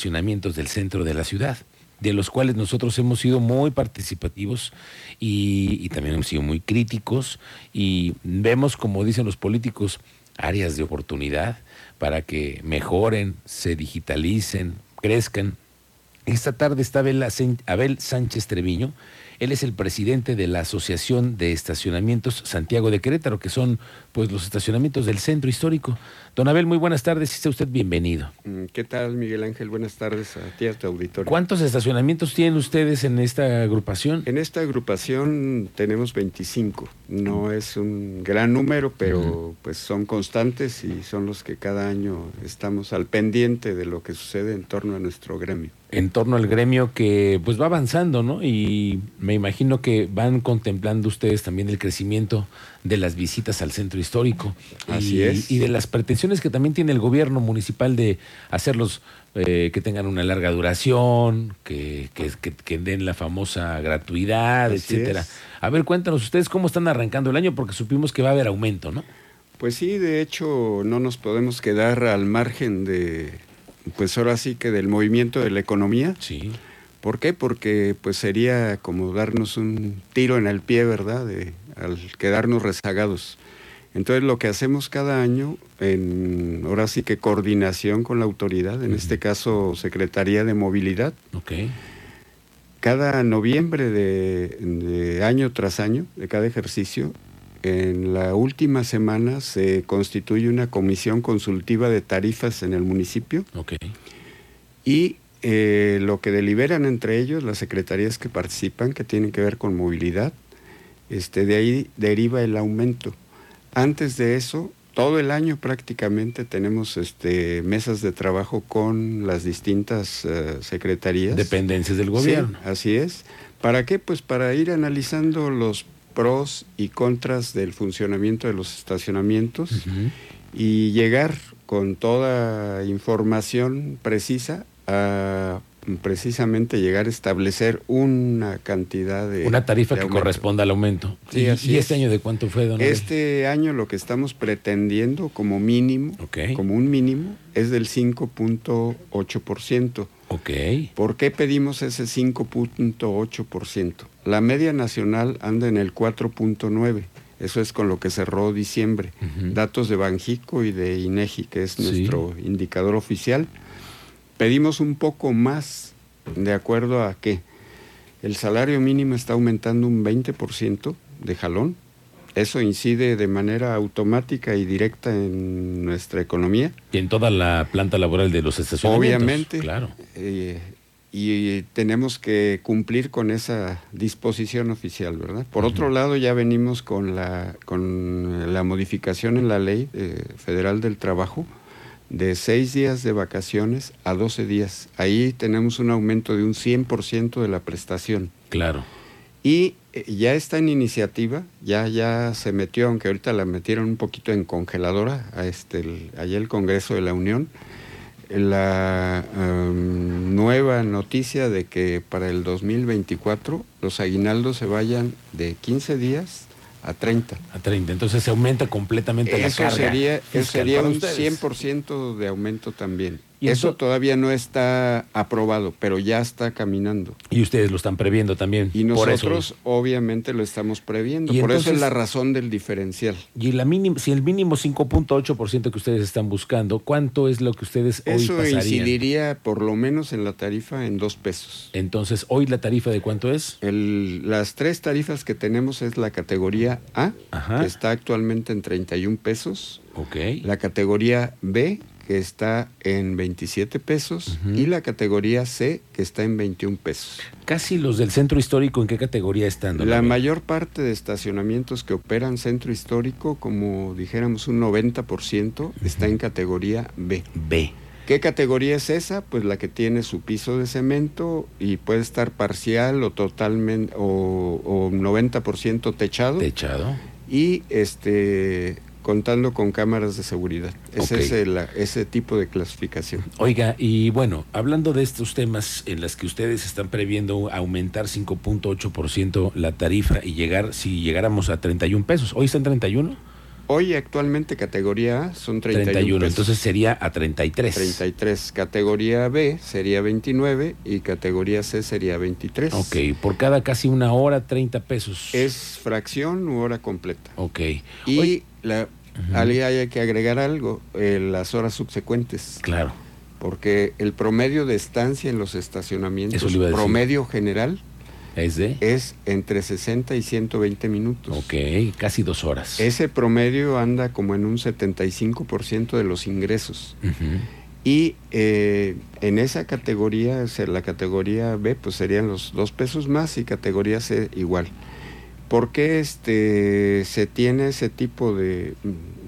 estacionamientos del centro de la ciudad, de los cuales nosotros hemos sido muy participativos y, y también hemos sido muy críticos y vemos, como dicen los políticos, áreas de oportunidad para que mejoren, se digitalicen, crezcan. Esta tarde está Abel, Abel Sánchez Treviño. Él es el presidente de la Asociación de Estacionamientos Santiago de Querétaro, que son pues los estacionamientos del centro histórico. Don Abel, muy buenas tardes y sea usted bienvenido. Mm, ¿Qué tal, Miguel Ángel? Buenas tardes a ti, a tu auditorio. ¿Cuántos estacionamientos tienen ustedes en esta agrupación? En esta agrupación tenemos 25. No es un gran número, pero uh -huh. pues son constantes y son los que cada año estamos al pendiente de lo que sucede en torno a nuestro gremio en torno al gremio que pues va avanzando, ¿no? Y me imagino que van contemplando ustedes también el crecimiento de las visitas al centro histórico. Así y, es. Y de las pretensiones que también tiene el gobierno municipal de hacerlos eh, que tengan una larga duración, que, que, que, que den la famosa gratuidad, Así etcétera. Es. A ver, cuéntanos ustedes cómo están arrancando el año, porque supimos que va a haber aumento, ¿no? Pues sí, de hecho, no nos podemos quedar al margen de pues ahora sí que del movimiento de la economía. Sí. ¿Por qué? Porque pues sería como darnos un tiro en el pie, ¿verdad? De, al quedarnos rezagados. Entonces lo que hacemos cada año, en, ahora sí que coordinación con la autoridad, en uh -huh. este caso Secretaría de Movilidad. Okay. Cada noviembre de, de año tras año, de cada ejercicio, en la última semana se constituye una comisión consultiva de tarifas en el municipio. Okay. Y eh, lo que deliberan entre ellos las secretarías que participan, que tienen que ver con movilidad, este, de ahí deriva el aumento. Antes de eso, todo el año prácticamente tenemos este, mesas de trabajo con las distintas uh, secretarías. Dependencias del gobierno. Sí, así es. ¿Para qué? Pues para ir analizando los pros y contras del funcionamiento de los estacionamientos uh -huh. y llegar con toda información precisa a precisamente llegar a establecer una cantidad Eh, de... Una tarifa de que corresponda al aumento. Sí, ¿Y, y este es. año de cuánto fue, don Este año lo que estamos pretendiendo como mínimo, okay. como un mínimo, es del 5.8%. Okay. ¿Por qué pedimos ese 5.8%? La media nacional anda en el 4.9%. Eso es con lo que cerró diciembre. Uh -huh. Datos de Banjico y de INEGI, que es nuestro sí. indicador oficial. Pedimos un poco más, de acuerdo a que el salario mínimo está aumentando un 20% de jalón. Eso incide de manera automática y directa en nuestra economía. Y en toda la planta laboral de los estacionamientos. Obviamente. Claro. Eh, y tenemos que cumplir con esa disposición oficial, ¿verdad? Por uh -huh. otro lado, ya venimos con la, con la modificación en la ley eh, federal del trabajo de seis días de vacaciones a 12 días. Ahí tenemos un aumento de un 100% de la prestación. Claro. Y eh, ya está en iniciativa, ya, ya se metió, aunque ahorita la metieron un poquito en congeladora, a este, el, allá el Congreso de la Unión, la um, nueva noticia de que para el 2024 los aguinaldos se vayan de 15 días a 30. A 30, entonces se aumenta completamente eso la carga. Sería, eso sería un ustedes. 100% de aumento también. ¿Y eso, eso todavía no está aprobado, pero ya está caminando. Y ustedes lo están previendo también. Y nosotros por obviamente lo estamos previendo. Y por entonces, eso es la razón del diferencial. Y la mínimo, si el mínimo 5.8% que ustedes están buscando, ¿cuánto es lo que ustedes eso hoy Eso incidiría por lo menos en la tarifa en dos pesos. Entonces, ¿hoy la tarifa de cuánto es? El, las tres tarifas que tenemos es la categoría A, Ajá. que está actualmente en 31 pesos. Okay. La categoría B, que está en 27 pesos, uh -huh. y la categoría C, que está en 21 pesos. Casi los del centro histórico, ¿en qué categoría están? La amigo? mayor parte de estacionamientos que operan centro histórico, como dijéramos un 90%, uh -huh. está en categoría B. B. ¿Qué categoría es esa? Pues la que tiene su piso de cemento y puede estar parcial o totalmente o, o 90% techado. Techado. Y este contando con cámaras de seguridad. Ese okay. es el, ese tipo de clasificación. Oiga, y bueno, hablando de estos temas en los que ustedes están previendo aumentar 5.8% la tarifa y llegar, si llegáramos a 31 pesos, ¿hoy está en 31? Hoy actualmente categoría A son 31. 31, pesos. entonces sería a 33. 33. Categoría B sería 29 y categoría C sería 23. Ok, por cada casi una hora, 30 pesos. Es fracción u hora completa. Ok. Y Oye, la, Ujú. ahí hay que agregar algo, eh, las horas subsecuentes, claro, porque el promedio de estancia en los estacionamientos, Eso le iba a decir. promedio general, es de. es entre 60 y 120 minutos. ok, casi dos horas. Ese promedio anda como en un 75% de los ingresos. Ujú. Y eh, en esa categoría, o sea, la categoría B, pues serían los dos pesos más y categoría C igual. ¿Por qué este, se tiene ese tipo de,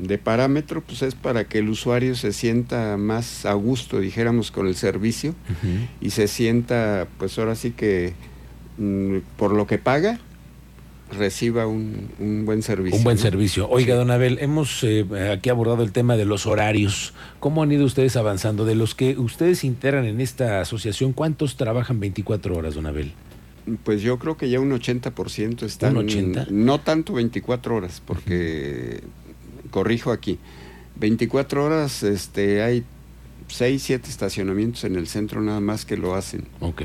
de parámetro? Pues es para que el usuario se sienta más a gusto, dijéramos, con el servicio Ujú. y se sienta, pues ahora sí que mm, por lo que paga, reciba un, un buen servicio. Un buen ¿no? servicio. Oiga, don Abel, hemos eh, aquí abordado el tema de los horarios. ¿Cómo han ido ustedes avanzando? De los que ustedes se integran en esta asociación, ¿cuántos trabajan 24 horas, don Abel? Pues yo creo que ya un 80% están... ¿Un 80? No tanto 24 horas, porque corrijo aquí. 24 horas este, hay 6, 7 estacionamientos en el centro nada más que lo hacen. Ok.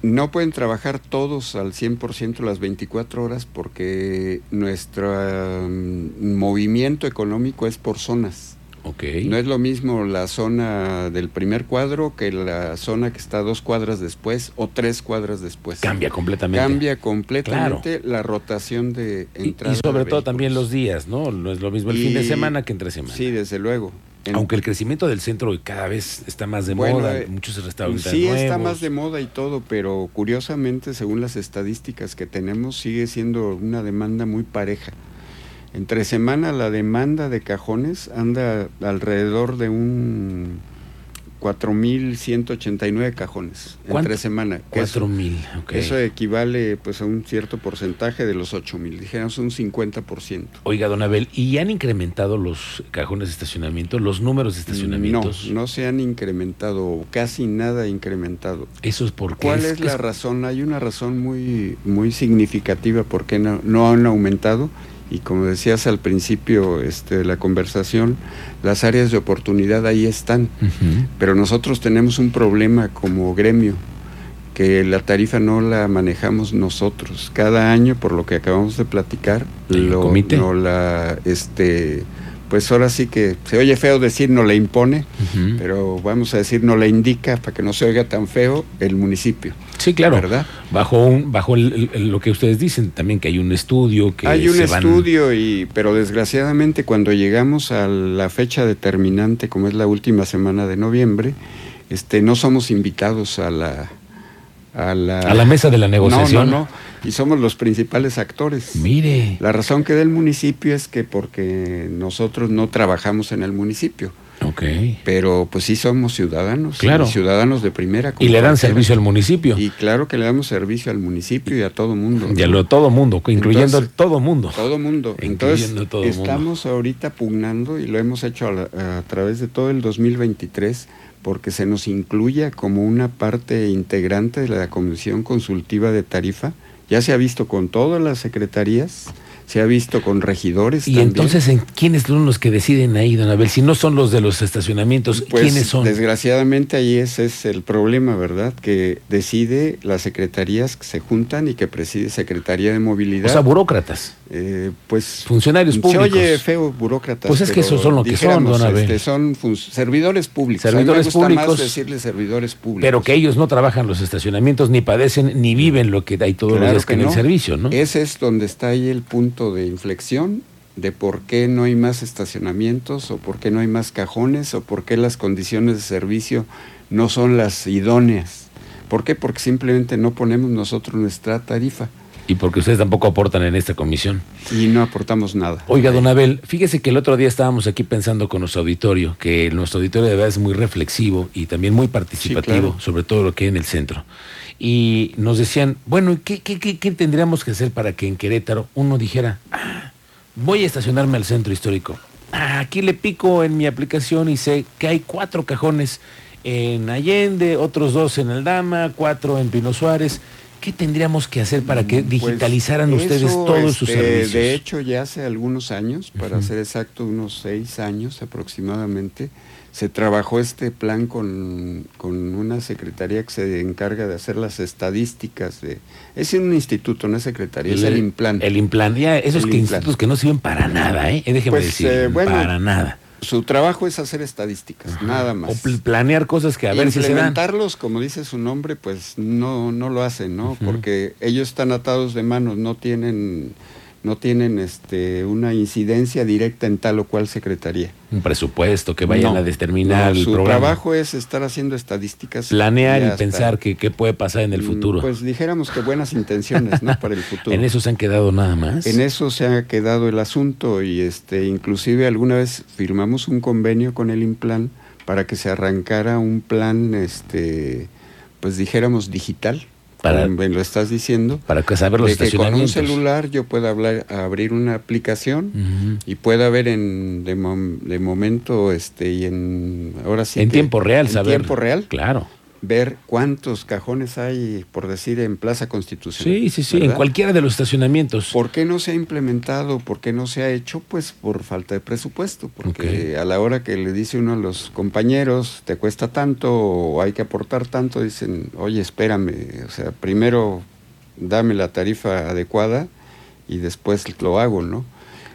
No pueden trabajar todos al 100% las 24 horas porque nuestro mm, movimiento económico es por zonas. Ok. No es lo mismo la zona del primer cuadro que la zona que está dos cuadras después o tres cuadras después. Cambia completamente. Cambia completamente la rotación de Y- Y, entrada. sobre de todo también los días, vehículos. ¿no? No es lo mismo el Y- fin de semana que entre semana. Sí, desde luego. En- Aunque el crecimiento del centro cada vez está más de Bueno, moda, eh, muchos restaurantes Sí, nuevos. está más de moda y todo, pero curiosamente, según las estadísticas que tenemos, sigue siendo una demanda muy pareja. Entre semana la demanda de cajones anda alrededor de un 4.189 cajones ¿Cuánto? entre semana. que eso- Cuatro mil, ok. Eso equivale pues a un cierto porcentaje de los 8.000, dijéramos un 50%. Oiga, don Abel, ¿y han incrementado los cajones de estacionamiento, los números de estacionamientos? No, no se han incrementado, o casi nada incrementado. Eso es porque... ¿Cuál es la razón? Hay una razón muy, muy significativa por qué no, no han aumentado y como decías al principio este, de la conversación, las áreas de oportunidad ahí están, Ujú. pero nosotros tenemos un problema como gremio que la tarifa no la manejamos nosotros. Cada año, por lo que acabamos de platicar, El lo, comité. no la, este, pues ahora sí que se oye feo decir no le impone, Ujú. pero vamos a decir no le indica para que no se oiga tan feo el municipio. sí, claro. ¿Verdad? Bajo un, bajo el- el- lo que ustedes dicen también, que hay un estudio que... Hay un se van- estudio y pero desgraciadamente cuando llegamos a la fecha determinante, como es la última semana de noviembre, este no somos invitados a la a la, A la mesa de la negociación. No, no, no, y somos los principales actores. Mire. La razón que da el municipio es que porque nosotros no trabajamos en el municipio, Ok. pero pues sí somos ciudadanos, Claro. y ciudadanos de primera. como Y le dan cualquiera. servicio al municipio. Y claro que le damos servicio al municipio y a todo mundo. Y a lo, todo mundo, incluyendo Entonces- todo mundo. Todo mundo. Incluyendo Entonces, todo mundo. estamos ahorita pugnando y lo hemos hecho a, la- a través de todo el 2023 porque se nos incluya como una parte integrante de la Comisión Consultiva de Tarifa. Ya se ha visto con todas las secretarías, se ha visto con regidores. Y también. entonces, ¿en quiénes son los que deciden ahí, don Abel? Si no son los de los estacionamientos, Pues, ¿quiénes son? Desgraciadamente ahí ese es el problema, ¿verdad? Que decide las secretarías que se juntan y que preside Secretaría de Movilidad. O sea, burócratas, Eh, pues funcionarios públicos. Se oye feo burócratas. Pues es que pero esos son lo que son, dijéramos, don Abel. este, son fun- servidores públicos. A mí Servidores me gusta públicos, más decirles servidores públicos. pero que ellos no trabajan los estacionamientos, ni padecen, ni viven lo que hay todos los Claro días que en no. Eh, el servicio, ¿no? Ese es donde está ahí el punto de inflexión de por qué no hay más estacionamientos o por qué no hay más cajones o por qué las condiciones de servicio no son las idóneas. ¿Por qué? Porque simplemente no ponemos nosotros nuestra tarifa Y porque ustedes tampoco aportan en esta comisión. y no aportamos nada. Oiga, don Abel, fíjese que el otro día estábamos aquí pensando con nuestro auditorio, que nuestro auditorio de verdad es muy reflexivo y también muy participativo, claro. sobre todo lo que hay en el centro. Y nos decían, bueno, ¿y ¿qué, qué, qué, qué tendríamos que hacer para que en Querétaro uno dijera, "Ah, voy a estacionarme al centro histórico? Ah, aquí le pico en mi aplicación y sé que hay cuatro cajones en Allende, otros dos en Aldama, cuatro en Pino Suárez. ¿Qué tendríamos que hacer Mm, para que digitalizaran pues ustedes eso, todos este, sus servicios? De hecho, ya hace algunos años, para uh -huh. ser exacto, unos seis años aproximadamente, se trabajó este plan con, con, una secretaría que se encarga de hacer las estadísticas de es un instituto no es secretaría el, es el implan el implan ya esos que implant. institutos que no sirven para nada eh déjeme pues, decir eh, bueno, para nada su trabajo es hacer estadísticas, Ajá. nada más. O pl planear cosas que a y ver si se dan. como dice su nombre, pues no, no lo hacen, ¿no? Uh -huh. Porque ellos están atados de manos, no tienen, no tienen este, una incidencia directa en tal o cual secretaría. Un presupuesto que vayan no, a determinar no, su el programa. trabajo es estar haciendo estadísticas. Planear y, y pensar qué que puede pasar en el futuro. Pues dijéramos que buenas intenciones, ¿no? Para el futuro. ¿En eso se han quedado nada más? En eso se ha quedado el asunto y este, inclusive alguna vez firmamos un convenio con el Implan para que se arrancara un plan, este, pues dijéramos digital, para, me lo estás diciendo para que saber los de que con un celular yo pueda hablar abrir una aplicación Mm. uh -huh. y pueda ver en de, mom, de, momento este y en ahora sí en que, tiempo real en saber tiempo real claro ver cuántos cajones hay, por decir, en Plaza Constitución. Sí, sí, sí, ¿verdad? en cualquiera de los estacionamientos. ¿Por qué no se ha implementado? ¿Por qué no se ha hecho? Pues por falta de presupuesto, porque okay. a la hora que le dice uno a los compañeros, te cuesta tanto o hay que aportar tanto, dicen, oye, espérame, o sea, primero dame la tarifa adecuada y después lo hago, ¿no?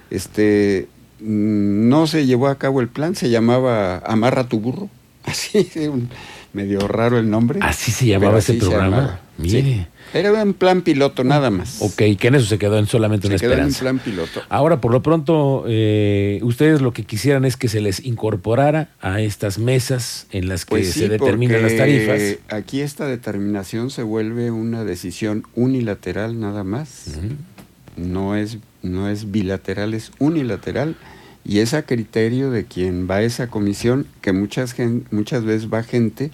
Este, no se llevó a cabo el plan, se llamaba Amarra tu burro, así, un medio raro el nombre. Así se llamaba ese programa. Llamaba. Mire. Sí. Era un plan piloto nada más. Ok, que en eso se quedó en solamente se una quedó esperanza. En un plan piloto. Ahora, por lo pronto, eh, ustedes lo que quisieran es que se les incorporara a estas mesas en las que pues se sí, determinan las tarifas. Aquí esta determinación se vuelve una decisión unilateral nada más. Uh -huh. No es no es bilateral, es unilateral y es a criterio de quien va a esa comisión, que muchas, muchas veces va gente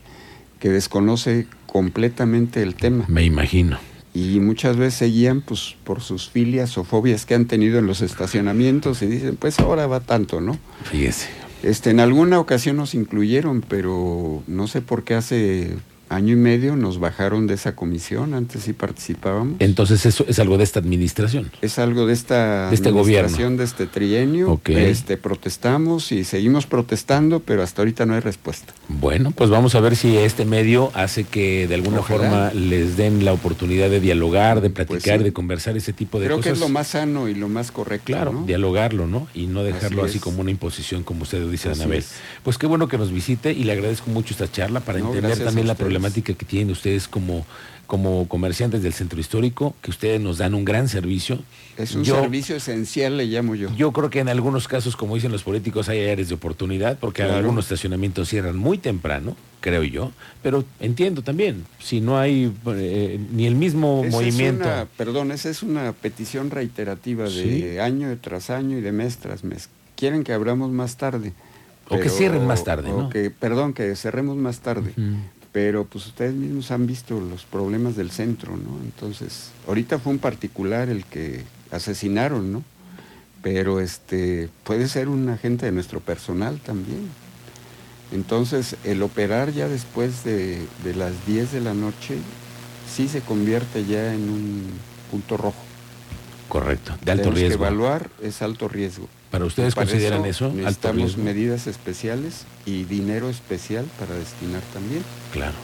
que desconoce completamente el tema. Me imagino. Y muchas veces se guían pues, por sus filias o fobias que han tenido en los estacionamientos y dicen, pues ahora va tanto, ¿no? Fíjese. Este, en alguna ocasión nos incluyeron, pero no sé por qué hace año y medio nos bajaron de esa comisión, antes sí participábamos. Entonces eso es algo de esta administración. Es algo de esta de este administración, gobierno. de este trienio. Okay. Este protestamos y seguimos protestando, pero hasta ahorita no hay respuesta. Bueno, pues vamos a ver si este medio hace que de alguna Ojalá. forma les den la oportunidad de dialogar, de platicar, pues sí. de conversar ese tipo de Creo cosas. Creo que es lo más sano y lo más correcto. Pues Claro, ¿no? dialogarlo, ¿no? Y no dejarlo así, así como una imposición, como usted lo dice, así Anabel. Es. Pues qué bueno que nos visite y le agradezco mucho esta charla para no, entender también la problemática que tienen ustedes como, como comerciantes del centro histórico, que ustedes nos dan un gran servicio. Es un yo, servicio esencial, le llamo yo. Yo creo que en algunos casos, como dicen los políticos, hay áreas de oportunidad, porque claro. algunos estacionamientos cierran muy temprano, creo yo, pero entiendo también, si no hay eh, ni el mismo esa movimiento. Es una, perdón, esa es una petición reiterativa de ¿Sí? año tras año y de mes tras mes. Quieren que abramos más tarde. Pero, o que cierren más tarde, ¿no? Que, perdón, que cerremos más tarde. Uh -huh pero pues ustedes mismos han visto los problemas del centro, ¿no? Entonces, ahorita fue un particular el que asesinaron, ¿no? Pero este puede ser un agente de nuestro personal también. Entonces, el operar ya después de, de las 10 de la noche sí se convierte ya en un punto rojo. Correcto, de alto Tenemos riesgo. Que evaluar es alto riesgo. ¿Para ustedes para consideran eso? eso necesitamos medidas especiales y dinero especial para destinar también. Claro.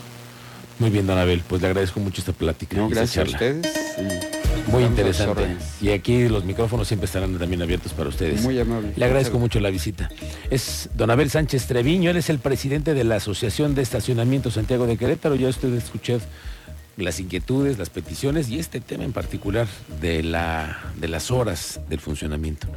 Muy bien, don Abel, pues le agradezco mucho esta plática. No, y gracias esta charla. a ustedes. Y Muy interesante. Y aquí los micrófonos siempre estarán también abiertos para ustedes. Muy amable. Le agradezco mucho la visita. Es don Abel Sánchez Treviño, él es el presidente de la Asociación de Estacionamiento Santiago de Querétaro. Ya usted escuché las inquietudes, las peticiones y este tema en particular de, la, de las horas del funcionamiento.